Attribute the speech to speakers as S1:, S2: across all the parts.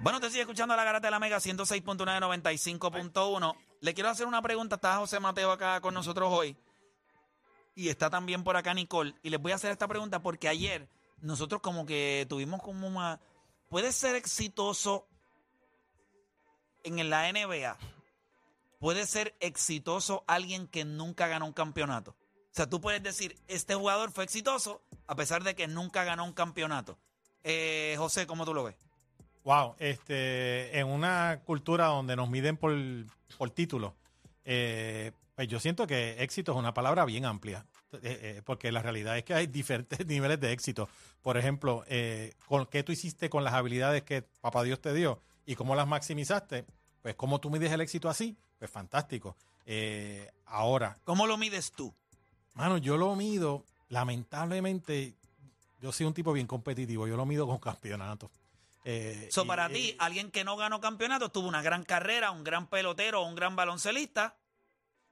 S1: Bueno, te sigue escuchando la garata de la Mega 106.995.1. Le quiero hacer una pregunta. Está José Mateo acá con nosotros hoy. Y está también por acá Nicole. Y les voy a hacer esta pregunta porque ayer nosotros como que tuvimos como una... ¿Puede ser exitoso en la NBA? ¿Puede ser exitoso alguien que nunca ganó un campeonato? O sea, tú puedes decir, este jugador fue exitoso a pesar de que nunca ganó un campeonato. Eh, José, ¿cómo tú lo ves?
S2: Wow, este, en una cultura donde nos miden por, por títulos, eh, pues yo siento que éxito es una palabra bien amplia, eh, eh, porque la realidad es que hay diferentes niveles de éxito. Por ejemplo, eh, con qué tú hiciste con las habilidades que papá Dios te dio y cómo las maximizaste, pues cómo tú mides el éxito así, pues fantástico. Eh, ahora,
S1: ¿Cómo lo mides tú?
S2: Mano, yo lo mido, lamentablemente, yo soy un tipo bien competitivo, yo lo mido con campeonatos. Eh,
S1: So,
S2: y-
S1: para
S2: y-
S1: ti, alguien que no ganó campeonato tuvo una gran carrera, un gran pelotero, un gran baloncelista,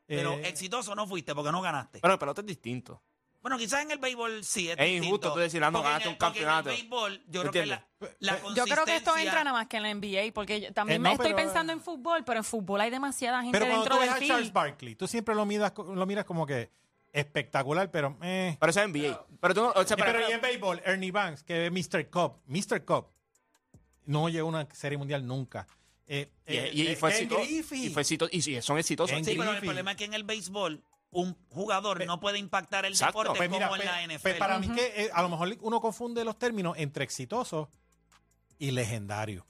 S1: pero
S2: eh,
S1: exitoso no fuiste porque no ganaste.
S3: Pero el pelota es distinto.
S1: bueno, quizás en el béisbol sí es,
S3: Es injusto
S1: distinto,
S3: tú decir, ah, no
S1: porque en
S3: ganaste
S1: el-
S3: un
S1: porque
S3: campeonato.
S1: En el béisbol, yo creo que
S3: ¿Entiendes?
S1: la, la
S4: Yo creo que esto
S1: consistencia-
S4: entra nada más que en la NBA, porque yo también
S2: Eh, no,
S4: estoy
S2: pero-
S4: pensando en fútbol, pero en fútbol hay demasiada gente
S2: Pero cuando
S4: dentro
S2: tú ves
S4: del
S2: a Charles
S4: field.
S2: Barkley, tú siempre lo miras, co- lo miras como que espectacular, pero... eh.
S3: Pero eso es NBA. Pero tú no. O sea,
S2: Eh,
S3: pero,
S2: pero y en béisbol, Ernie Banks, que es Mr. Cup. Mr. Cup no llegó a una serie mundial nunca. Eh,
S3: y,
S2: eh,
S3: y- y fue
S2: Ken
S3: exitoso.
S2: Griffey.
S3: Y, fue exitoso, y sí, son exitosos.
S2: Ken
S1: Sí, pero el
S2: Griffey.
S1: problema es que en el béisbol un jugador no puede impactar el
S3: Exacto.
S1: deporte
S2: Pues mira,
S1: como en
S2: pues-
S1: la NFL.
S2: pues para mí que eh, a lo mejor uno confunde los términos entre exitoso y legendario.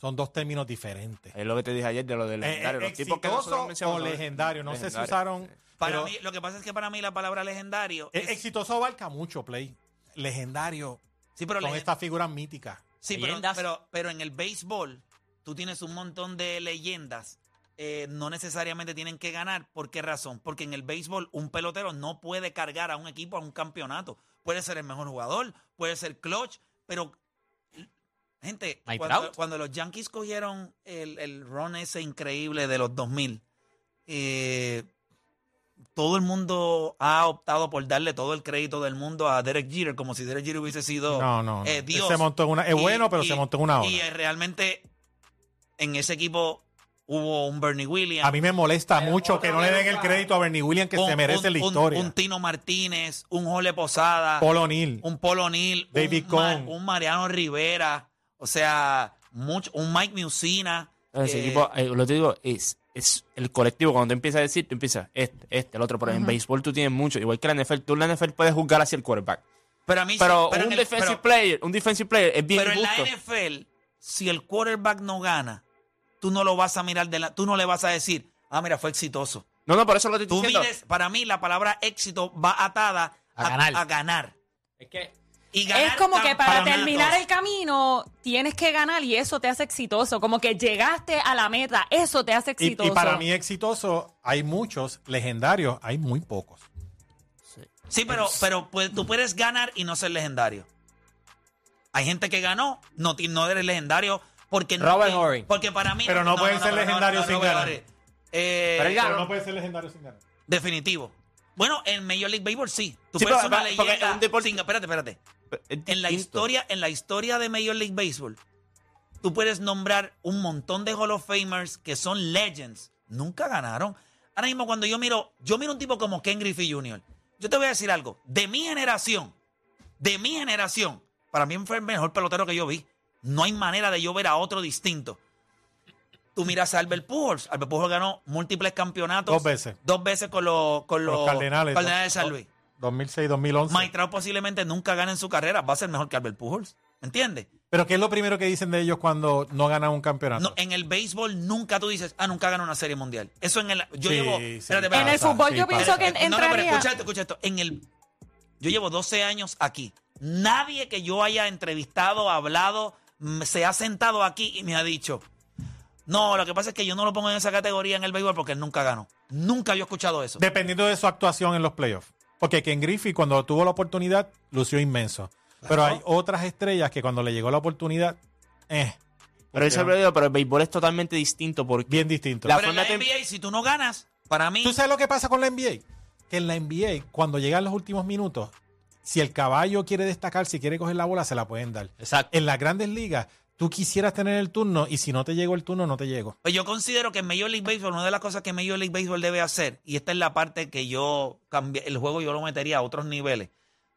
S2: Son dos términos diferentes.
S3: Es lo que te dije ayer de lo del
S2: Eh,
S3: Eh, legendario.
S2: eh,
S3: los tipos que nosotros
S2: exitoso
S3: mencionamos
S2: o
S3: son
S2: legendario, no sé si usaron-
S1: Para
S2: pero-
S1: mí, lo que pasa es que para mí la palabra legendario
S2: Eh,
S1: es-
S2: exitoso abarca mucho, Play. Legendario.
S1: sí, pero
S2: con
S1: legen-
S2: estas figuras míticas.
S1: Sí, pero,
S4: Leyendas.
S1: pero, pero en el béisbol tú tienes un montón de leyendas. eh, no necesariamente tienen que ganar. ¿Por qué razón? Porque en el béisbol un pelotero no puede cargar a un equipo a un campeonato. Puede ser el mejor jugador, puede ser clutch, pero... Gente,
S4: Mike
S1: cuando,
S4: Trout.
S1: cuando los Yankees cogieron el, el ron ese increíble de los 2000, eh, todo el mundo ha optado por darle todo el crédito del mundo a Derek Jeter, como si Derek Jeter hubiese sido
S2: No, no. no.
S1: eh, Dios.
S2: Se montó en una, es
S1: Y-
S2: bueno, pero
S1: y-
S2: se montó en una hora.
S1: Y eh, realmente en ese equipo hubo un Bernie Williams.
S2: A mí me molesta mucho que no le den el crédito a Bernie Williams que
S1: un,
S2: se merece
S1: un-
S2: la
S1: un-
S2: historia.
S1: Un, Tino Martínez, un Jole Posada,
S2: Paul O'Neill.
S1: un Polo O'Neill,
S2: David
S1: un, Ma-
S2: Cohn.
S1: un Mariano Rivera, o sea, mucho, un Mike Musina.
S3: Ese
S1: eh,
S3: equipo, eh, lo que te digo es, es el colectivo. Cuando tú empiezas a decir, tú empiezas este, este, el otro. Pero en
S4: Ujú.
S3: béisbol tú tienes mucho. Igual que en la NFL, tú en la NFL puedes juzgar hacia el quarterback.
S1: pero a mí sí-
S3: Pero,
S1: pero en
S3: un
S1: el-
S3: defensive
S1: pero-
S3: player, un defensive player es bien
S1: pero en la
S3: injusto.
S1: NFL, si el quarterback no gana, tú no lo vas a mirar de la, tú no le vas a decir, ah, mira, fue exitoso.
S3: No, no, por eso lo estoy
S1: Tú
S3: diciendo.
S1: mides, para mí la palabra éxito va atada
S5: A ganar.
S1: A ganar.
S5: Es que
S1: Y ganar
S4: Es como que para
S1: campeonatos.
S4: terminar el camino tienes que ganar y eso te hace exitoso. Como que llegaste a la meta, eso te
S2: Y-
S4: hace exitoso.
S2: Y, para mí exitoso hay muchos, legendarios hay muy pocos.
S1: Sí, pero, pero pues, tú puedes ganar y no ser legendario. Hay gente que ganó, no, ti- no eres legendario porque no-
S5: Robert
S1: eh,
S5: Horry.
S1: Porque para mí.
S2: Pero no pueden ser legendario sin
S1: Robert
S2: ganar.
S1: Horry. Eh,
S3: Pero él ganó.
S2: puede ser legendario sin ganar.
S1: definitivo. Bueno, en Major League Baseball sí. Tú
S3: Sí,
S1: puedes
S3: pero-
S1: ser una
S3: pero- porque
S1: leyenda
S3: es un deporte-
S1: sin- espérate, espérate.
S3: Es
S1: En la,
S3: distinto.
S1: historia, en la historia de Major League Baseball, tú puedes nombrar un montón de Hall of Famers que son legends. Nunca ganaron. Ahora mismo, cuando yo miro, yo miro un tipo como Ken Griffey Jr. Yo te voy a decir algo. De mi generación, de mi generación, para mí fue el mejor pelotero que yo vi. No hay manera de yo ver a otro distinto. Tú miras a Albert Pujols. Albert Pujols ganó múltiples campeonatos.
S2: Dos veces.
S1: Dos veces con los, con
S2: Los
S1: los
S2: Cardenales.
S1: Cardenales de San Luis.
S2: 2006, 2011.
S1: Mike Trout posiblemente nunca gane en su carrera, va a ser mejor que Albert Pujols. ¿Me entiendes?
S2: Pero ¿qué es lo primero que dicen de ellos cuando Ah, no ganan un campeonato?
S1: No, eh, en el béisbol nunca tú dices, ah, nunca ganó una serie mundial. Eso en el. Yo
S2: Sí,
S1: llevo.
S2: sí,
S1: espérate,
S4: En
S1: espérate.
S4: el fútbol yo
S2: pasa.
S4: pienso que en-
S1: Eh, no, no, pero
S4: entraría-
S1: escucha esto, escucha esto. En el, yo llevo 12 años aquí. Nadie que yo haya entrevistado, hablado, mm, se ha sentado aquí y me ha dicho. No, lo que pasa es que yo no lo pongo en esa categoría en el béisbol porque él nunca ganó. Nunca yo he escuchado eso.
S2: Dependiendo de su actuación en los playoffs. Porque Ken Griffey cuando tuvo la oportunidad lució inmenso. Pero hay otras estrellas que cuando le llegó la oportunidad, eh,
S3: Pero, eso es lo que digo, pero el béisbol es totalmente distinto porque
S2: bien distinto.
S3: La
S1: pero en la
S3: forma tem-
S1: NBA, si tú no ganas, para mí.
S2: ¿Tú sabes lo que pasa con la NBA? Que en la NBA, cuando llegan los últimos minutos, si el caballo quiere destacar, si quiere coger la bola, se la pueden dar.
S5: Exacto.
S2: En las grandes ligas, tú quisieras tener el turno y si no te llegó el turno, no te llegó.
S1: Pues yo considero que en Major League Baseball, una de las cosas que Major League Baseball debe hacer, y esta es la parte que yo cambié, el juego yo lo metería a otros niveles.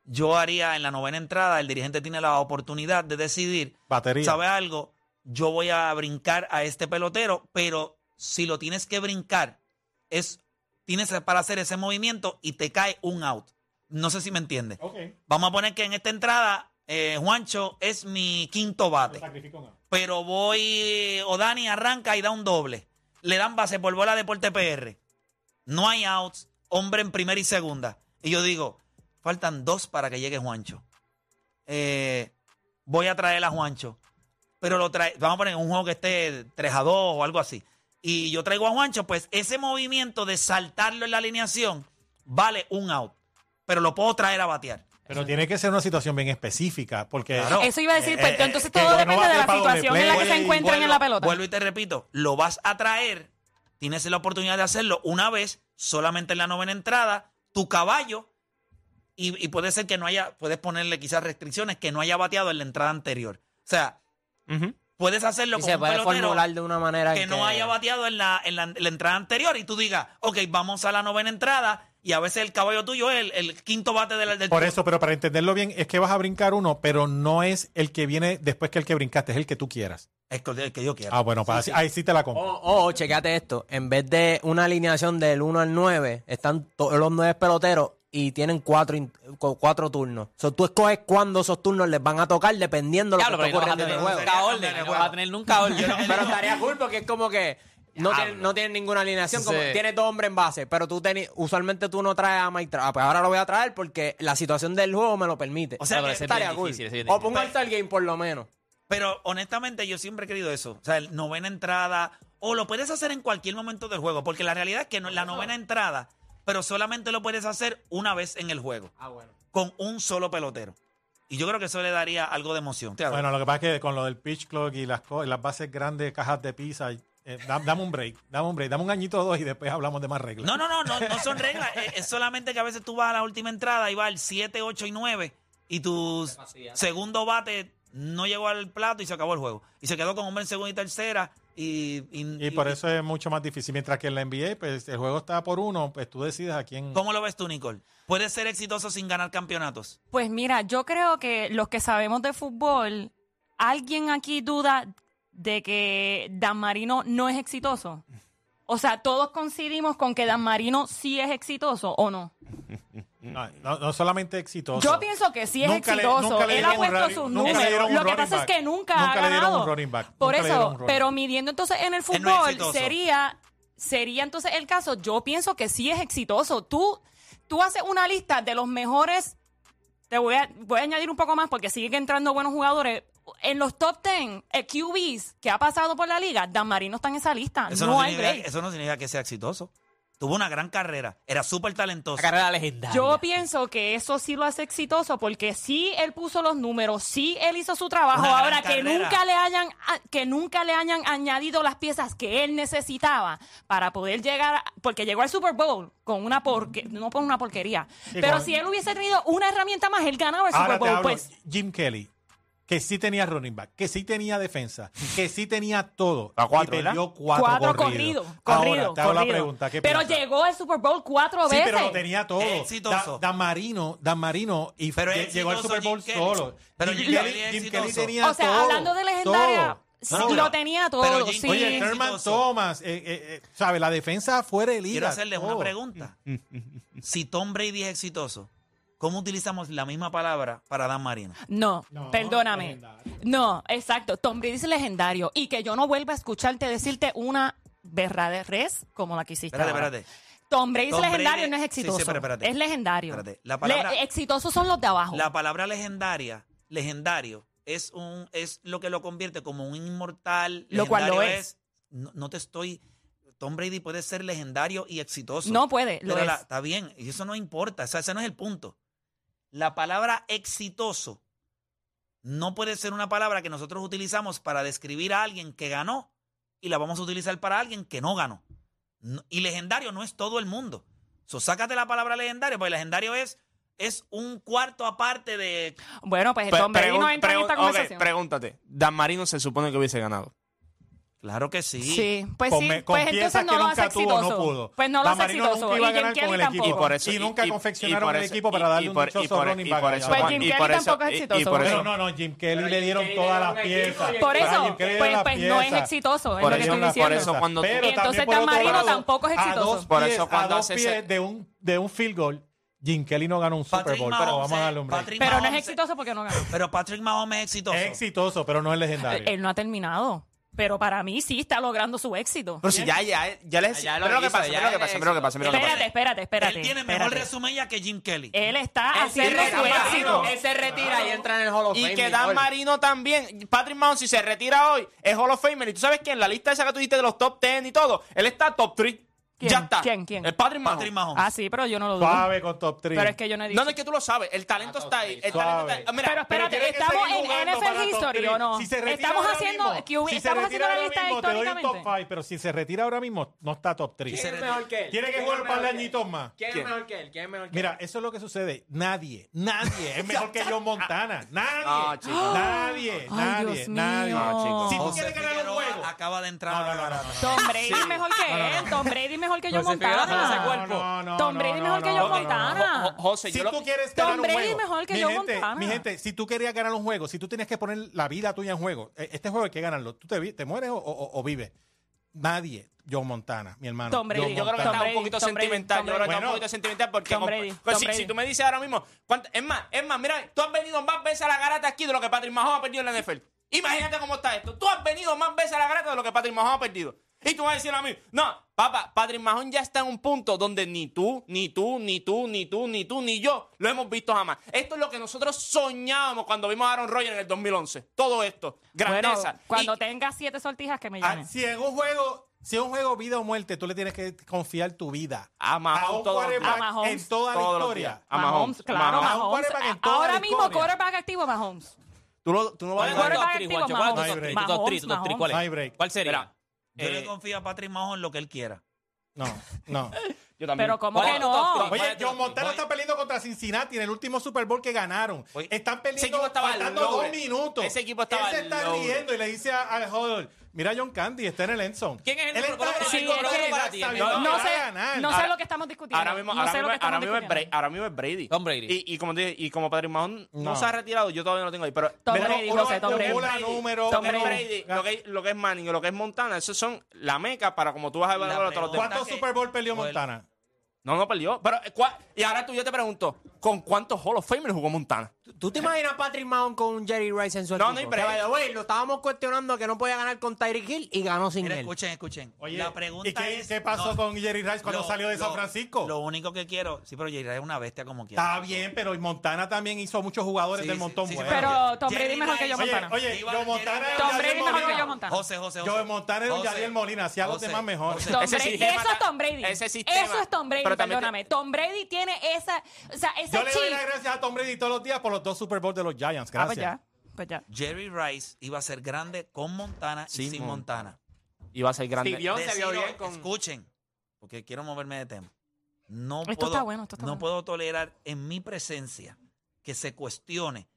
S1: Yo haría en la novena entrada, el dirigente tiene la oportunidad de decidir,
S2: Batería.
S1: ¿sabe algo? Yo voy a brincar a este pelotero, pero si lo tienes que brincar, es, tienes para hacer ese movimiento y te cae un out. No sé si me entiende.
S2: Ok.
S1: Vamos a poner que en esta entrada, eh, Juancho es mi quinto bate pero voy, o Dani arranca y da un doble. Le dan base por bola a Deporte PR. No hay outs, hombre en primera y segunda. Y yo digo, faltan dos para que llegue Juancho. Eh, voy a traer a Juancho. Pero lo trae, vamos a poner un juego que esté 3 a 2 o algo así. Y yo traigo a Juancho, pues ese movimiento de saltarlo en la alineación vale un out. Pero lo puedo traer a batear.
S2: Pero tiene que ser una situación bien específica, porque
S1: Claro.
S4: Eso iba a decir, pues,
S2: Eh, eh,
S4: entonces
S2: que
S4: todo
S2: no
S4: depende
S2: bate
S4: de la
S2: pa' doble
S4: situación en la que
S2: play,
S4: se encuentran en la pelota.
S1: Vuelvo y te repito, lo vas a traer, tienes la oportunidad de hacerlo una vez, solamente en la novena entrada, tu caballo, y, y puede ser que no haya, puedes ponerle quizás restricciones, que no haya bateado en la entrada anterior. O sea,
S3: Ujú.
S1: puedes hacerlo
S5: Y
S1: con
S5: se
S1: un
S5: puede
S1: pelotero
S5: formular de una manera
S1: que
S5: en
S1: no haya bateado en la, en la- en la entrada anterior y tú digas, ok, vamos a la novena entrada, y a veces el caballo tuyo es el, el quinto bate del, del
S2: Por eso, pero para entenderlo bien, es que vas a brincar uno, pero no es el que viene después que el que brincaste, es el que tú quieras.
S1: Es que- el que yo quiero.
S2: Ah, bueno, para así- ahí sí Oh, te la compro.
S5: O, o, Oh, chequeate esto, en vez de una alineación del 1 al 9, están todos los 9 peloteros y tienen 4 cuatro turnos. So, tú escoges cuándo esos turnos les van a tocar dependiendo de lo
S6: Diablo,
S5: que está
S6: pero no vas a
S5: ocurriendo en
S6: tener
S5: el
S1: juego.
S5: juego.
S6: nunca orden. No vas a tener nunca orden.
S5: Pero estaría cool porque es como que no,
S6: Diablo.
S5: tienen, no tienen ninguna alineación. Como,
S6: Sí.
S5: tienes dos hombres en base, pero tú teni- usualmente tú no traes a Mike Trout. Ah, Pues ahora lo voy a traer porque la situación del juego me lo permite.
S6: O sea,
S5: Pero
S6: que
S5: estaría
S6: es bien
S5: cool.
S6: difícil, es bien
S5: o
S6: difícil.
S5: pongo All-Star Game por lo menos.
S1: Pero honestamente yo siempre he querido eso. O sea, el novena entrada. O lo puedes hacer en cualquier momento del juego. Porque la realidad es que no- la novena entrada, pero solamente lo puedes hacer una vez en el juego.
S5: Ah, bueno.
S1: Con un solo pelotero. Y yo creo que eso le daría algo de emoción. Te adoro.
S2: Bueno, lo que pasa es que con lo del pitch clock y las, co- y las bases grandes, cajas de pizza, eh, da- dame un break, dame un break, dame un añito o dos y después hablamos de más reglas.
S1: no, no, no, no, no son reglas. es, es solamente que a veces tú vas a la última entrada y va el 7, 8 y 9. Y tu segundo bate no llegó al plato y se acabó el juego. Y se quedó con hombre en segunda y tercera. Y,
S2: Y por eso es mucho más difícil. Mientras que en la NBA, pues el juego está por uno, pues tú decides a quién.
S1: ¿Cómo lo ves tú, Nicole? ¿Puedes ser exitoso sin ganar campeonatos?
S4: Pues mira, yo creo que los que sabemos de fútbol, ¿alguien aquí duda de que Dan Marino no es exitoso? O sea, todos coincidimos con que Dan Marino sí es exitoso o no.
S2: No, no- no solamente exitoso.
S4: Yo pienso que sí es
S2: Nunca le-
S4: exitoso.
S2: nunca le
S4: Él
S2: dieron
S4: ha
S2: un
S4: puesto
S2: running-
S4: sus
S2: nunca le dieron
S4: números.
S2: un
S4: Lo que
S2: running
S4: pasa es
S2: back.
S4: que nunca,
S2: Nunca
S4: ha
S2: le dieron un
S4: ganado.
S2: running back.
S4: Por
S2: Nunca le dieron un
S4: eso,
S2: running
S4: pero
S2: back.
S4: midiendo entonces en el
S1: Él no es
S4: fútbol
S1: exitoso.
S4: sería sería entonces el caso. Yo pienso que sí es exitoso. Tú tú haces una lista de los mejores te voy a, voy a añadir un poco más porque siguen entrando buenos jugadores. En los top 10 eh, QBs que ha pasado por la liga, Dan Marino está en esa lista.
S1: Eso
S4: Ah, no,
S1: no,
S4: hay
S1: significa,
S4: break.
S1: eso no significa que sea exitoso. Tuvo una gran carrera, era súper talentoso.
S6: La carrera legendaria.
S4: Yo pienso que eso sí lo hace exitoso porque sí él puso los números, sí él hizo su trabajo.
S1: Una gran
S4: Ahora que
S1: carrera.
S4: nunca le hayan a- que nunca le hayan añadido las piezas que él necesitaba para poder llegar, a- porque llegó al Super Bowl con una porque, no con una porquería. pero
S2: con-
S4: si él hubiese tenido una herramienta más, él ganaba el
S2: Ahora
S4: Super
S2: te
S4: Bowl.
S2: hablo,
S4: Pues
S2: Jim Kelly, que sí tenía running back, que sí tenía defensa, que sí tenía todo.
S3: A cuatro,
S2: y
S3: ¿verdad?
S2: perdió cuatro,
S4: cuatro
S2: corridos.
S4: corrido,
S2: Ahora,
S4: corrido,
S2: te hago la
S4: corrido.
S2: pregunta. ¿qué
S4: pero
S2: piensas?
S4: llegó al Super Bowl cuatro
S2: Sí,
S4: veces.
S2: pero lo tenía todo.
S1: Exitoso.
S2: Da- Dan Marino, Dan Marino y
S1: Pero
S2: lle-
S1: exitoso
S2: llegó al Super Bowl
S1: Jim Kelly.
S2: solo.
S1: Pero Jim Kelly es
S2: Jim
S1: exitoso.
S2: Kelly tenía
S4: o sea,
S2: todo,
S4: hablando de legendaria,
S2: todo.
S4: sí,
S1: No, no, pero-
S4: lo tenía todo.
S1: pero Jim-
S4: sí.
S2: Oye, Herman
S1: exitoso.
S2: Thomas, eh, eh, eh, sabe, la defensa fuera de liga.
S1: Quiero hacerles una
S4: Oh.
S2: todo.
S1: pregunta. Si Tom Brady es exitoso, ¿cómo utilizamos la misma palabra para Dan Marino?
S4: No, perdóname. No, exacto. Tom Brady es legendario. Y que yo no vuelva a escucharte decirte una berra de res como la que hiciste.
S1: Espérate,
S4: ahora.
S1: espérate.
S4: Tom Brady es
S1: Tom
S4: legendario
S1: Brady-
S4: y no es
S1: sí, sí,
S4: exitoso.
S1: pero espérate.
S4: Es legendario.
S1: Espérate. La palabra-
S4: Le- exitosos son los de abajo.
S1: La palabra legendaria, legendario, es un es lo que lo convierte como un inmortal.
S4: Lo cual lo
S1: legendario
S4: es.
S1: No, no te estoy. Tom Brady puede ser legendario y exitoso.
S4: no puede, lo
S1: Pero la-
S4: es.
S1: está bien, y eso no importa, o sea, ese no es el punto. La palabra exitoso no puede ser una palabra que nosotros utilizamos para describir a alguien que ganó y la vamos a utilizar para alguien que no ganó. No- y legendario no es todo el mundo. So, sácate la palabra legendario, porque legendario es es un cuarto aparte de.
S4: Bueno, pues
S3: Pe-
S4: Tom Brady no
S3: pregun-
S4: entra en esta
S3: pregun- ok,
S4: conversación.
S3: pregúntate. Dan Marino se supone que hubiese ganado.
S1: Claro que sí.
S4: Sí, pues
S2: Con-
S4: sí,
S2: me- con
S4: pues
S2: piezas
S4: entonces no
S2: que
S4: lo hace
S2: nunca tuvo, no
S4: exitoso.
S2: pudo.
S4: Pues no lo hace
S2: Lamarino
S4: exitoso.
S2: nunca
S4: Y
S2: iba a
S4: Jim
S2: ganar con
S4: Kelly
S2: el equipo.
S4: tampoco.
S3: Y por eso.
S2: Y nunca confeccionaron el equipo para darle un dichoso running
S3: y
S2: back
S3: por
S2: allá
S3: eso,
S4: Pues
S2: abajo.
S3: Juan-
S4: Jim
S3: y
S4: Kelly
S3: por eso-
S4: tampoco es
S3: y- y
S4: exitoso.
S3: por
S4: Pero
S3: eso-
S2: Pero no, no, Jim Kelly
S5: Pero
S2: le
S5: Jim
S2: dieron
S5: Kelly
S2: todas
S5: le
S2: las
S5: dieron un equipo
S2: piezas.
S5: y el
S4: Por
S2: A
S4: eso,
S2: Jim Kelly le
S4: pues,
S2: dieron
S4: pues
S2: las
S4: no es
S2: piezas.
S4: exitoso, es
S3: Por
S4: lo que
S3: eso-
S4: estoy
S3: por
S4: diciendo.
S3: eso cuando-
S2: Pero
S4: Y entonces
S2: también por
S4: Dan
S2: otro
S4: Marino
S2: lado,
S4: tampoco es
S2: a
S4: exitoso.
S2: dos
S3: Por
S2: pies-
S3: eso cuando
S2: a dos
S3: hace
S2: pies
S3: ese-
S2: de un, de un field goal, Jim Kelly no ganó un Super
S1: Patrick
S2: Bowl.
S1: Mahomes,
S2: pero vamos a darle un break.
S1: Patrick
S4: Pero no es
S1: Mahomes-
S4: exitoso porque no gana.
S1: Pero Patrick Mahomes es exitoso.
S2: Es exitoso, pero no es legendario.
S4: Él no ha terminado. Pero para mí sí está logrando su éxito.
S3: Pero si ya, ya, ya les.
S6: Ya lo
S3: mira lo que
S6: hizo,
S3: pasa,
S6: ya
S3: mira lo que
S6: era
S3: pasa, mira lo que pasa, mira lo que pasa.
S4: Espérate, espérate, espérate.
S1: Él tiene mejor
S4: espérate. Eh,
S1: resumen ya que Jim Kelly.
S4: Él está haciendo
S3: tiene
S4: su
S3: resumen.
S4: éxito.
S3: Él
S6: se retira
S5: y entra en el Hall of Fame,
S3: Y que Dan
S5: mejor.
S3: Marino también. Patrick Mahomes, si se retira hoy, es Hall of Famer. Y tú sabes que en la lista esa que tú dijiste de los top 10 y todo, él está top 3.
S4: ¿Quién?
S3: Ya está.
S4: ¿Quién? ¿Quién?
S3: El Patrick Mahomes.
S1: Patrick Mahomes.
S4: Ah, sí, pero yo no lo dudo.
S2: Suave con top 3.
S4: Pero es que yo no he dicho.
S3: No, no, es que tú lo sabes. El talento está ahí. El
S2: Suave.
S3: talento está ahí. Ah, Mira,
S4: pero espérate,
S2: tiene que
S4: estamos
S2: seguir
S4: en
S2: jugando para
S4: NFL
S2: top
S4: History
S2: three.
S4: o no.
S2: Si se retira
S4: estamos
S2: ahora
S4: haciendo,
S2: mismo,
S4: que hubi-
S2: si se
S4: estamos
S2: retira
S4: haciendo la
S2: ahora
S4: lista
S2: mismo, te doy un
S4: históricamente.
S2: top 5, pero si se retira ahora mismo, no está top 3.
S1: Se-
S5: que él?
S2: Tiene que jugar un par de añitos más.
S5: ¿Quién
S3: ¿Quién?
S5: mejor que él? ¿Quién es mejor
S2: Mira, eso es lo que sucede. Nadie, nadie es mejor que John Montana. Nadie,
S3: No, chico.
S2: nadie,
S4: Ah. Ay,
S2: nadie,
S4: Dios
S2: nadie. Ah,
S4: mío.
S3: No, chicos.
S2: Si tú
S1: José
S2: quieres ganar un
S1: Figueroa
S2: juego.
S1: Acaba de entrar.
S2: No, no, no, no, no.
S4: Tom Brady mejor que él. Tom Brady mejor
S1: Pues
S4: que yo
S6: José Figueroa
S4: Montana.
S6: tiene ese cuerpo.
S2: No, no,
S4: Tom
S2: no,
S4: Brady
S2: no,
S4: mejor que
S2: no,
S4: Joe
S2: no, no,
S4: Montana.
S3: Jo- jo- José,
S2: Si
S3: yo lo-
S2: tú quieres
S4: Tom
S2: ganar un
S4: Brady
S2: juego,
S4: mejor que
S2: mi
S4: Joe
S2: gente,
S4: Montana.
S2: mi gente, si tú querías ganar un juego, si tú tenías que poner la vida tuya en juego, eh, este juego hay que ganarlo. Tú te, vi- te mueres o, o- o vives. Nadie, John Montana, mi hermano.
S4: Tom Brady.
S2: Joe
S3: Yo creo que
S2: Montana.
S3: está un
S4: Brady,
S3: poquito
S4: Tom Brady,
S3: sentimental.
S4: Tom
S3: Yo creo que está
S2: Brady.
S3: un poquito sentimental porque.
S4: Tom
S3: compa-
S4: Brady,
S3: pues
S4: Tom
S3: si,
S4: Brady.
S3: si tú me dices ahora mismo. ¿cuánto- Es más, es más, mira, tú has venido más veces a la garata aquí de lo que Patrick Mahomes ha perdido en la NFL. Imagínate cómo está esto. Tú has venido más veces a la garata de lo que Patrick Mahomes ha perdido. Y tú vas a decir a mí, no, papá, Patrick Mahomes ya está en un punto donde ni tú, ni tú, ni tú, ni tú, ni tú, ni yo lo hemos visto jamás. Esto es lo que nosotros soñábamos cuando vimos a Aaron Rodgers en el 2011. Todo esto,
S4: Bueno,
S3: grandeza.
S4: cuando
S3: Y-
S4: tenga siete sortijas que me
S2: Ah,
S4: llamen.
S2: si en un juego, si en un juego vida o muerte, tú le tienes que confiar tu vida.
S3: A Mahomes,
S2: a un
S3: todo-
S2: quarterback
S4: a Mahomes.
S2: en toda la
S3: Todos los
S2: historia.
S3: días. A Mahomes,
S4: claro,
S3: a
S2: Mahomes.
S4: Mahomes.
S2: Un quarterback en toda la
S4: Ahora mismo,
S2: historia.
S4: quarterback activo, Mahomes.
S3: Tú, lo- tú no vas a
S4: Quarterback
S6: ¿Cuál es tu
S4: activo,
S6: top 3, Juancho? ¿Cuál
S2: Mahomes. No
S6: es tu top
S2: hay
S6: 3?
S4: break.
S6: Tu top 3, tu top 3, ¿cuál
S2: No hay
S6: es?
S2: break.
S6: ¿Cuál sería?
S3: Mira,
S1: Yo le
S3: eh,
S1: confío a Patrick Mahomes lo que él quiera.
S2: No, no.
S3: Yo también.
S4: Pero ¿cómo
S6: ¿Cuál
S4: que
S6: es tu top
S4: no?
S6: three?
S2: Oye, John Montana
S6: Voy-
S2: está peleando contra Cincinnati en el último Super Bowl que ganaron.
S1: Oye,
S2: Están
S3: ese
S2: peleando
S3: equipo estaba
S2: faltando
S3: al
S2: dos
S3: loaded.
S2: minutos.
S3: Ese equipo estaba
S2: Él se está
S3: al loaded.
S2: riendo y le dice a- al Hodor, mira John Candy, está en el Enson.
S6: ¿Quién es el
S2: Él
S6: número-
S2: está-
S6: cómo-
S2: él
S4: Sí,
S2: corre
S4: es que-
S2: para- sabiendo
S4: No,
S2: que va a
S4: sé,
S2: ganar. Ah,
S4: no sé
S3: Ahora-
S4: lo que estamos discutiendo.
S3: Ahora mismo,
S4: no
S3: ahora,
S4: sé lo
S3: mismo,
S4: que estamos
S3: ahora mismo es
S4: discutiendo.
S3: Brady, ahora mismo es Brady.
S6: Tom Brady.
S3: Y, y como te dije, y como Patrick Mahomes no,
S2: No.
S3: se ha retirado, yo todavía no lo tengo ahí. Pero
S4: Tom
S3: pero
S4: Brady,
S2: uno
S4: José, Tom Brady.
S2: acumula números,
S4: Tom
S2: uno-
S4: Brady.
S3: lo, que, lo que es Manning y lo que es Montana, esos son la meca para como tú vas a evaluar a todos los demás.
S1: pregunta-
S2: ¿Cuántos
S1: que-
S2: Super Bowl peleó
S1: Joel.
S2: Montana?
S3: No, no perdió. Pero, eh, ¿cuál- y ahora tú yo te pregunto, ¿con cuántos Hall of Famer jugó Montana?
S5: ¿Tú te imaginas a Patrick Mahomes con un Jerry Rice en
S3: No,
S5: su equipo?
S3: no hay
S5: Que,
S3: break.
S5: by the way, lo estábamos cuestionando que no podía ganar con Tyreek Hill y ganó sin
S1: Mira,
S5: él.
S1: escuchen, escuchen.
S2: Oye,
S1: la pregunta
S2: ¿y qué,
S1: es-
S2: qué pasó
S1: no,
S2: con Jerry Rice cuando
S1: lo-
S2: salió de San
S1: lo-
S2: Francisco?
S1: Lo único que quiero. Sí, pero Jerry Rice es una bestia como quiera.
S2: Está bien, pero Montana también hizo muchos jugadores
S1: Sí,
S2: del
S1: sí,
S2: montón
S1: sí,
S2: buenos.
S4: Pero Tom
S1: Jerry
S4: Brady mejor que yo
S1: Rice-
S2: Oye,
S4: Montana.
S2: oye,
S1: Iba-
S2: Joe Montana
S1: Jerry-
S2: era
S4: Tom
S2: un
S4: Brady
S2: Yadier
S4: mejor que
S2: Molina.
S4: yo Montana.
S1: José, José, José.
S2: Joe Montana era un
S1: José,
S2: Yadier Molina, hacía los demás mejores.
S1: José.
S4: Tom
S3: Ese
S4: Brady,
S3: sistema-
S4: eso es Tom Brady.
S3: ese sistema-
S4: eso es Tom Brady,
S3: Pero también-
S4: perdóname. Tom Brady tiene esa, o sea, ese
S2: Yo le doy
S4: chip.
S2: las gracias a Tom Brady todos los días por los dos Super Bowls de los Giants.
S4: Ah, pues
S2: Gracias.
S4: ya, pues ya.
S1: Jerry Rice iba a ser grande con Montana y
S3: Sin
S1: sin Montana.
S3: Y va a ser grande.
S6: Steve Young se vio
S1: Decido-
S6: bien con...
S1: Escuchen, porque quiero moverme de tema. No
S4: Esto
S1: puedo,
S4: está bueno, esto está
S1: no
S4: bueno.
S1: puedo tolerar en mi presencia que se cuestione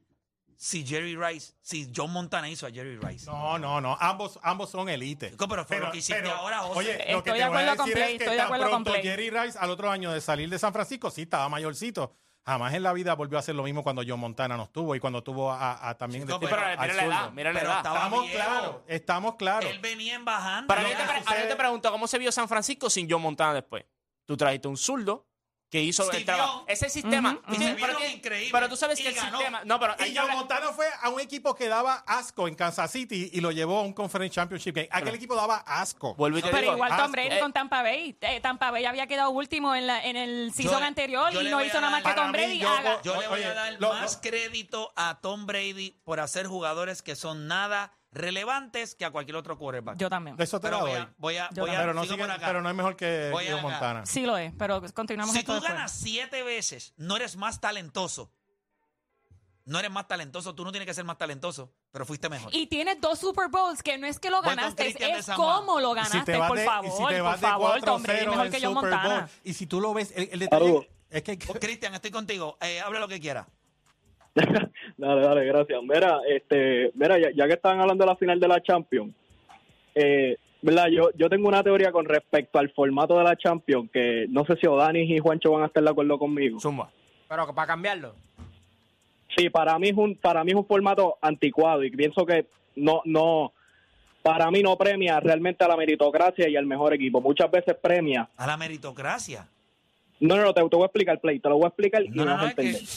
S1: si Jerry Rice, si John Montana hizo a Jerry Rice.
S2: No, no, no. Ambos, ambos son elite.
S1: Chico, pero fue lo que hiciste ahora, José.
S2: Oye, lo que
S4: Estoy de
S2: te voy
S4: acuerdo
S2: a
S4: con
S2: decir
S4: Play,
S2: es que
S4: estoy de
S2: tan
S4: acuerdo con
S2: pronto
S4: Play.
S2: Jerry Rice al otro año de salir de San Francisco, sí, estaba mayorcito. Jamás en la vida volvió a hacer lo mismo cuando John Montana no estuvo y cuando tuvo a, a- a también...
S1: Chico,
S2: de-
S3: Sí, pero
S2: al
S3: mira la edad,
S2: zurdo.
S3: mira la
S1: Pero
S3: edad.
S1: estaba-
S2: Estamos
S1: viejo.
S2: claros, estamos claros.
S1: Él venía en bajando.
S3: Para
S1: ¿no?
S3: mí te, pre- ahora yo te pregunto, ¿cómo se vio San Francisco sin John Montana después? Tú trajiste un zurdo que hizo
S1: Steve
S3: el trabajo.
S1: Young.
S3: Ese sistema.
S4: Ujú,
S3: tú
S1: ujú.
S3: tienes-
S1: Se vieron
S3: pero, que-
S1: increíble.
S3: pero tú sabes
S1: Y
S3: que el
S1: ganó.
S3: sistema. No, pero ahí
S2: Y John
S3: habla-
S2: Montana fue a un equipo que daba asco en Kansas City y lo llevó a un Conference Championship Game. Aquel equipo daba asco.
S3: Vuelvo y te
S4: Pero
S3: digo, ah,
S4: igual
S2: asco.
S4: Tom Brady con Tampa Bay. Eh, Tampa Bay había quedado último en, la, en el season
S1: le-
S4: anterior
S1: yo
S4: y
S1: le
S4: no
S1: voy a
S4: hizo nada más
S1: dar-
S4: que
S2: Para
S4: Tom
S2: mí,
S4: Brady.
S2: yo-
S4: haga.
S1: Yo le voy a
S2: Oye,
S1: dar
S2: lo-
S1: más
S2: lo-
S1: crédito a Tom Brady por hacer jugadores que son nada relevantes que a cualquier otro quarterback.
S4: Yo también.
S2: De eso te
S1: pero
S2: la
S1: voy
S2: doy.
S1: a, voy a,
S4: Yo
S1: voy a-
S2: pero, no
S1: sigo
S2: sigue-
S1: por acá.
S2: pero no es mejor que
S1: Voy
S2: Joe
S1: acá.
S2: Montana.
S4: Sí lo es, pero continuamos
S1: Si
S4: esto
S1: tú
S4: después.
S1: ganas siete veces, no eres más talentoso. No eres más talentoso, tú no tienes que ser más talentoso, pero fuiste mejor.
S4: Y tienes dos Super Bowls que no es que lo
S1: Voy con
S4: ganaste, es-
S1: Christian de
S4: es
S1: San Juan.
S4: cómo lo
S2: Y
S4: ganaste,
S2: te vas
S4: por
S2: de- y
S4: favor,
S2: si te
S4: por
S2: vas de
S4: favor,
S2: 4-0
S4: Tom Brady mejor
S2: en
S4: que yo
S2: Super Bowl,
S4: Montana.
S2: Y si tú lo ves, el, el
S7: Saludos.
S2: detalle, Es que hay
S1: Oh,
S2: que-
S1: Cristian, estoy contigo. Eh, habla lo que quiera.
S7: Dale, dale, gracias. Mira, este, mira, ya, ya que estaban hablando de la final de la Champions, eh, ¿verdad? Yo, yo tengo una teoría con respecto al formato de la Champions, que no sé si Odanis y Juancho van a estar de acuerdo conmigo.
S3: Zumba.
S5: Pero para cambiarlo.
S7: Sí, para mí es un, para mí es un formato anticuado y pienso que no, no, para mí no premia realmente a la meritocracia y al mejor equipo. Muchas veces premia.
S1: A la meritocracia.
S7: No, no, no, te, te voy a explicar, Play, te lo voy a explicar y
S1: No, no,
S7: vas
S1: no,
S7: a
S1: es que.
S7: entender.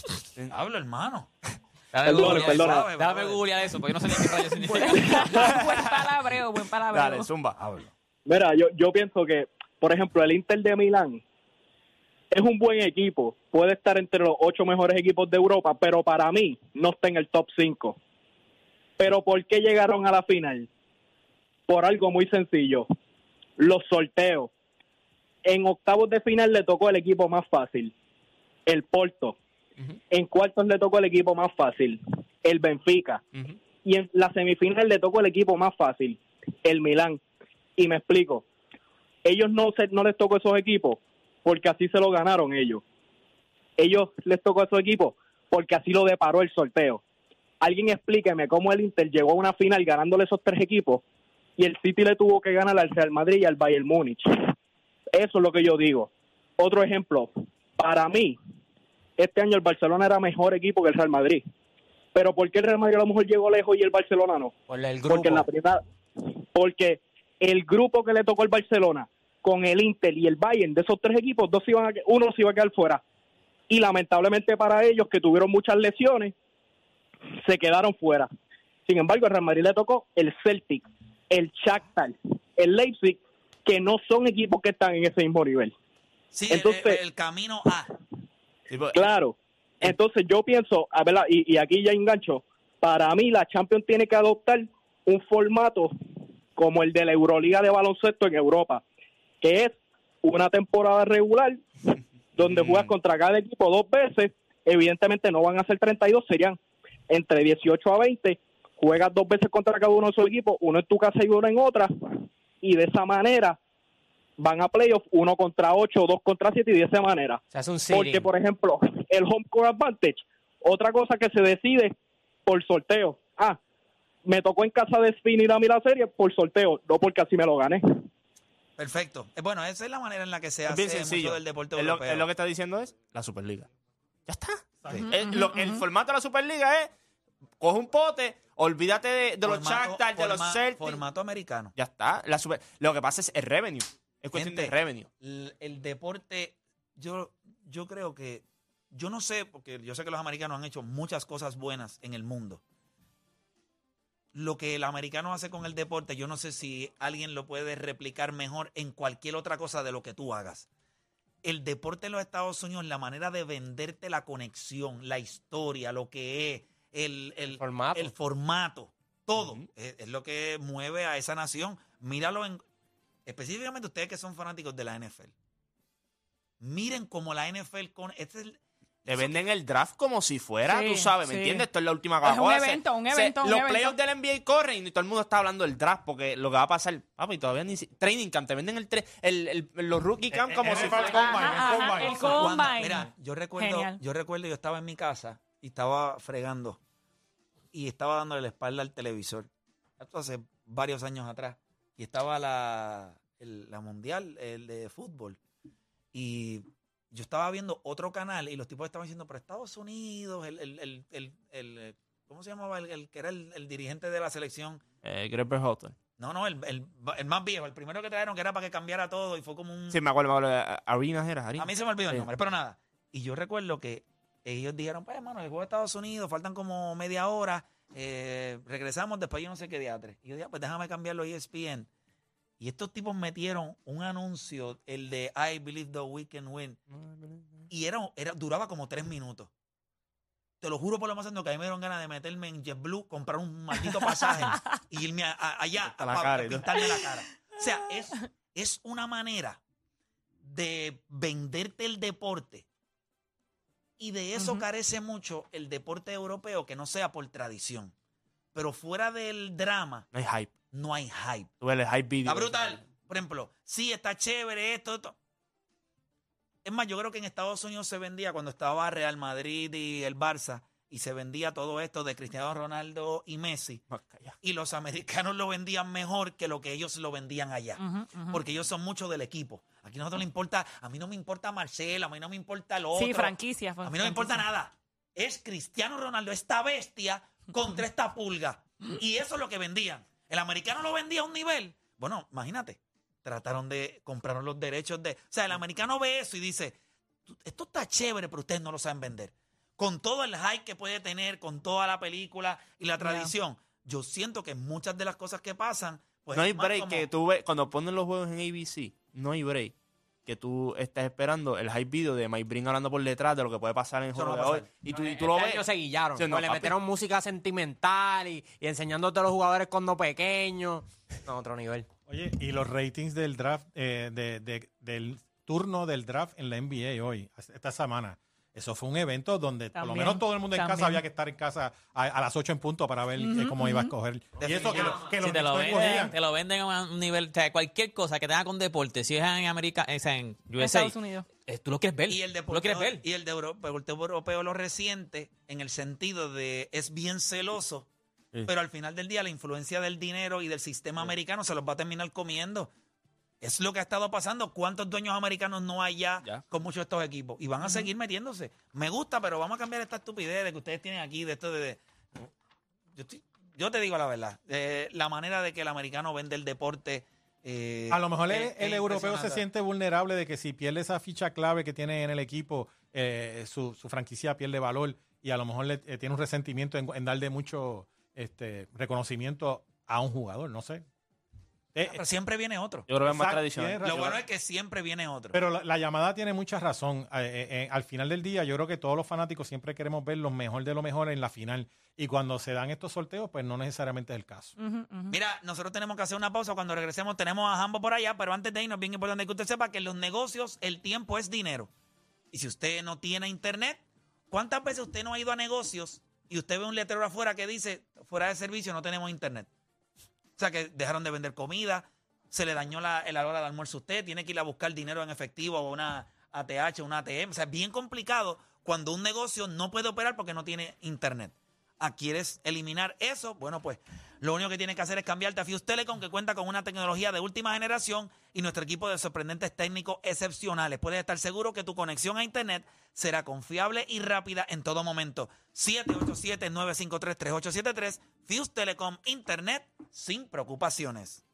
S1: Habla, hermano.
S6: Dame
S7: Perdona,
S6: googlear
S7: perdona.
S6: eso. Dame googlear eso, porque yo no sé ni qué rayo significa.
S2: Pues,
S4: buen palabreo, buen palabreo.
S3: Dale, zumba.
S7: Mira, yo, yo pienso que, por ejemplo, el Inter de Milán es un buen equipo, puede estar entre los ocho mejores equipos de Europa, pero para mí no está en el top 5. Pero ¿por qué llegaron a la final? Por algo muy sencillo, los sorteos. En octavos de final le tocó el equipo más fácil, el Porto. En cuartos le tocó el equipo más fácil, el Benfica
S3: Ujú.
S7: y en la semifinal le tocó el equipo más fácil, el Milán. Y me explico, ellos no, se, no les tocó esos equipos porque así se lo ganaron ellos. Ellos les tocó esos equipos porque así lo deparó el sorteo. Alguien explíqueme cómo el Inter llegó a una final ganándole esos tres equipos y el City le tuvo que ganar al Real Madrid y al Bayern Múnich. Eso es lo que yo digo. Otro ejemplo, para mí, este año el Barcelona era mejor equipo que el Real Madrid. Pero ¿por qué el Real Madrid a lo mejor llegó lejos y el Barcelona no?
S5: Por el
S7: Porque en la primera, porque el grupo que le tocó el Barcelona con el Inter y el Bayern, de esos tres equipos, dos se iban a que- uno se iba a quedar fuera. Y lamentablemente para ellos, que tuvieron muchas lesiones, se quedaron fuera. Sin embargo, el Real Madrid le tocó el Celtic, el Shakhtar, el Leipzig, que no son equipos que están en ese mismo nivel.
S1: Sí, el-
S7: Entonces-
S1: el, el camino A.
S3: eh, pues,
S7: Claro. Entonces yo pienso, a ver, y, y aquí ya engancho, para mí la Champions tiene que adoptar un formato como el de la Euroliga de baloncesto en Europa, que es una temporada regular donde juegas contra cada equipo dos veces, evidentemente no van a ser 32, serían entre 18 a 20, juegas dos veces contra cada uno de esos equipos, uno en tu casa y uno en otra, y de esa manera van a playoff uno contra 8, dos contra 7 y de esa manera.
S5: Se hace un
S7: Porque,
S5: seeding.
S7: por ejemplo, el home court advantage, otra cosa que se decide por sorteo. Ah, me tocó en casa definir a mí la serie por sorteo, no porque así me lo gané.
S1: Perfecto. Eh, Bueno, esa es la manera en la que se
S3: Es bien
S1: hace
S3: sencillo.
S1: mucho del deporte
S3: Es lo,
S1: europeo.
S3: es lo que está diciendo es la Superliga. Ya está. El, lo- el formato de la Superliga es coge un pote, olvídate de, de los
S1: Formato-
S3: Shakhtar, de los
S1: forma-
S3: Celtics.
S1: Formato americano.
S3: Ya está. La super- lo que pasa es el revenue. Es cuestión
S1: Gente,
S3: de revenue.
S1: El, el deporte, yo, yo creo que, yo no sé, porque yo sé que los americanos han hecho muchas cosas buenas en el mundo. Lo que el americano hace con el deporte, yo no sé si alguien lo puede replicar mejor en cualquier otra cosa de lo que tú hagas. El deporte en los Estados Unidos, la manera de venderte la conexión, la historia, lo que es, el, el,
S5: formato.
S1: el formato, todo
S3: Ujú.
S1: es, es lo que mueve a esa nación. Míralo en específicamente ustedes que son fanáticos de la NFL. Miren cómo la NFL con este es el-
S3: Le venden el draft como si fuera,
S4: Sí,
S3: tú sabes, ¿me
S4: sí.
S3: entiendes? Esto es la última
S4: Es un
S3: Coca-Cola.
S4: evento, un evento, un
S3: Los
S4: evento.
S3: playoffs del NBA corren y todo el mundo está hablando del draft porque lo que va a pasar, papi, todavía ni si- training camp, te venden el, tre- el, el- los rookie
S5: Eh,
S3: camp como
S2: el
S3: si
S2: NFL
S3: fuera.
S2: combine,
S4: Ajá,
S2: el
S4: ajá,
S2: combine.
S4: el
S1: cuando-
S4: combine.
S1: mira, yo recuerdo,
S4: Genial.
S1: yo recuerdo, yo estaba en mi casa y estaba fregando y estaba dándole la espalda al televisor. Esto hace varios años atrás. Y estaba la, el- la mundial, el de fútbol. Y yo estaba viendo otro canal y los tipos estaban diciendo, pero Estados Unidos, el, el- el- el- el, eh, ¿cómo se llamaba? El, el que era el- el dirigente de la selección.
S3: Eh, Greg Berhalter.
S1: No, no, el, el- el más viejo, el primero que trajeron que era para que cambiara todo y fue como un...
S3: Sí, me acuerdo, me acuerdo. eh, Arenas era,
S1: A
S3: Arenas.
S1: mí se me olvidó el
S3: Sí.
S1: nombre, pero nada. Y yo recuerdo que ellos dijeron, pues hermano, el juego de Estados Unidos, faltan como media hora, eh, regresamos después yo no sé qué día Y yo dije, "Ah, pues déjame cambiarlo a ESPN. Y estos tipos metieron un anuncio, el de I Believe the We Can Win, y era, era, duraba como tres minutos. Te lo juro por lo más santo que a mí me dieron ganas de meterme en JetBlue, comprar un maldito pasaje y irme a- a- allá
S3: Hasta la
S1: pa-
S3: cara y todo.
S1: pintarme la cara. O sea, es, es una manera de venderte el deporte. Y de eso
S4: Ujú.
S1: carece mucho el deporte europeo, que no sea por tradición. Pero fuera del drama,
S3: No hay hype.
S1: no hay hype.
S3: Tú ves el hype video.
S1: Está brutal. Por ejemplo, sí, está chévere esto, esto. Es más, yo creo que en Estados Unidos se vendía cuando estaba Real Madrid y el Barça, y se vendía todo esto de Cristiano Ronaldo y Messi. Y los americanos lo vendían mejor que lo que ellos lo vendían allá. Porque ellos son muchos del equipo. Aquí a nosotros le importa, a mí no me importa Marcelo, a mí no me importa el otro.
S4: Sí, franquicia.
S1: A mí no me importa nada. Es Cristiano Ronaldo, esta bestia contra esta pulga. Y eso es lo que vendían. El americano lo vendía a un nivel. Bueno, imagínate. Trataron de compraron los derechos de. O sea, el americano ve eso y dice: "Tú- Esto está chévere, pero ustedes no lo saben vender. Con todo el hype que puede tener, con toda la película y la tradición, yo siento que muchas de las cosas que pasan. Pues,
S3: no hay
S1: más
S3: break
S1: como-
S3: que tú ves, cuando ponen los juegos en ABC, no hay break que tú estés esperando el hype video de Mike Breen hablando por detrás de lo que puede pasar en el
S1: Eso no este
S3: juego
S1: va a
S3: de hoy.
S1: pasar.
S3: Y tú, y tú lo ves.
S5: Ellos eh, este se guillaron.
S3: Sí, no,
S5: pues le
S3: papi.
S5: metieron música sentimental y, y enseñándote a los jugadores cuando pequeños. No, otro nivel.
S2: Oye, y los ratings del draft, eh, de- de- del turno del draft en la NBA hoy, esta semana. Eso fue un evento donde por lo
S4: También,
S2: menos todo el mundo en
S4: también.
S2: casa había que estar en casa a, a las 8 en punto para ver eh, cómo iba a escoger. Y eso que, lo- que los
S6: si te lo
S2: Knicks no
S6: venden,
S2: escogían.
S6: te lo venden a un nivel, o sea, cualquier cosa que tenga con deporte, si es en América, o sea, en USA,
S4: Estados Unidos.
S6: eh, tú lo quieres ver.
S1: Y el
S6: tú lo
S1: deporte,
S6: quieres ver.
S1: y el de Europa, el deporte europeo lo resiente en el sentido de es bien celoso, pero al final del día la influencia del dinero y del sistema americano se los va a terminar comiendo. Es lo que ha estado pasando. ¿Cuántos dueños americanos no hay ya,
S3: Ya.
S1: con muchos de estos equipos? Y van a seguir metiéndose. Me gusta, pero vamos a cambiar esta estupidez de que ustedes tienen aquí, de esto de... de- Yo, estoy- yo te digo la verdad. eh, la manera de que el americano vende el deporte... eh,
S2: A lo mejor el,
S1: es-
S2: el
S1: es
S2: europeo se
S1: impresionante.
S2: siente vulnerable de que si pierde esa ficha clave que tiene en el equipo, eh, su, su franquicia pierde valor y a lo mejor le, eh, tiene un resentimiento en, en darle mucho este, reconocimiento a un jugador, no sé. Eh,
S1: Ah, Pero siempre viene otro.
S3: Yo creo que es más
S2: Exacto,
S3: tradicional.
S2: tienes
S1: Lo
S2: razón.
S1: bueno es que siempre viene otro.
S2: Pero la, la llamada tiene mucha razón. Eh, eh, eh, al final del día, yo creo que todos los fanáticos siempre queremos ver lo mejor de lo mejor en la final. Y cuando se dan estos sorteos, pues no necesariamente es el caso.
S1: Mira, nosotros tenemos que hacer una pausa. Cuando regresemos, tenemos a Jambo por allá. Pero antes de irnos, bien importante que usted sepa que en los negocios el tiempo es dinero. Y si usted no tiene internet, ¿cuántas veces usted no ha ido a negocios y usted ve un letrero afuera que dice, fuera de servicio, no tenemos internet? O sea, que dejaron de vender comida, se le dañó la, el hora de almuerzo a usted, tiene que ir a buscar dinero en efectivo o una ATH, una ATM. O sea, es bien complicado cuando un negocio no puede operar porque no tiene internet. Ah, ¿Quieres eliminar eso? Bueno, pues lo único que tienes que hacer es cambiarte a Fuse Telecom, que cuenta con una tecnología de última generación y nuestro equipo de sorprendentes técnicos excepcionales. Puedes estar seguro que tu conexión a Internet será confiable y rápida en todo momento. 787-953-3873, Fuse Telecom Internet sin preocupaciones.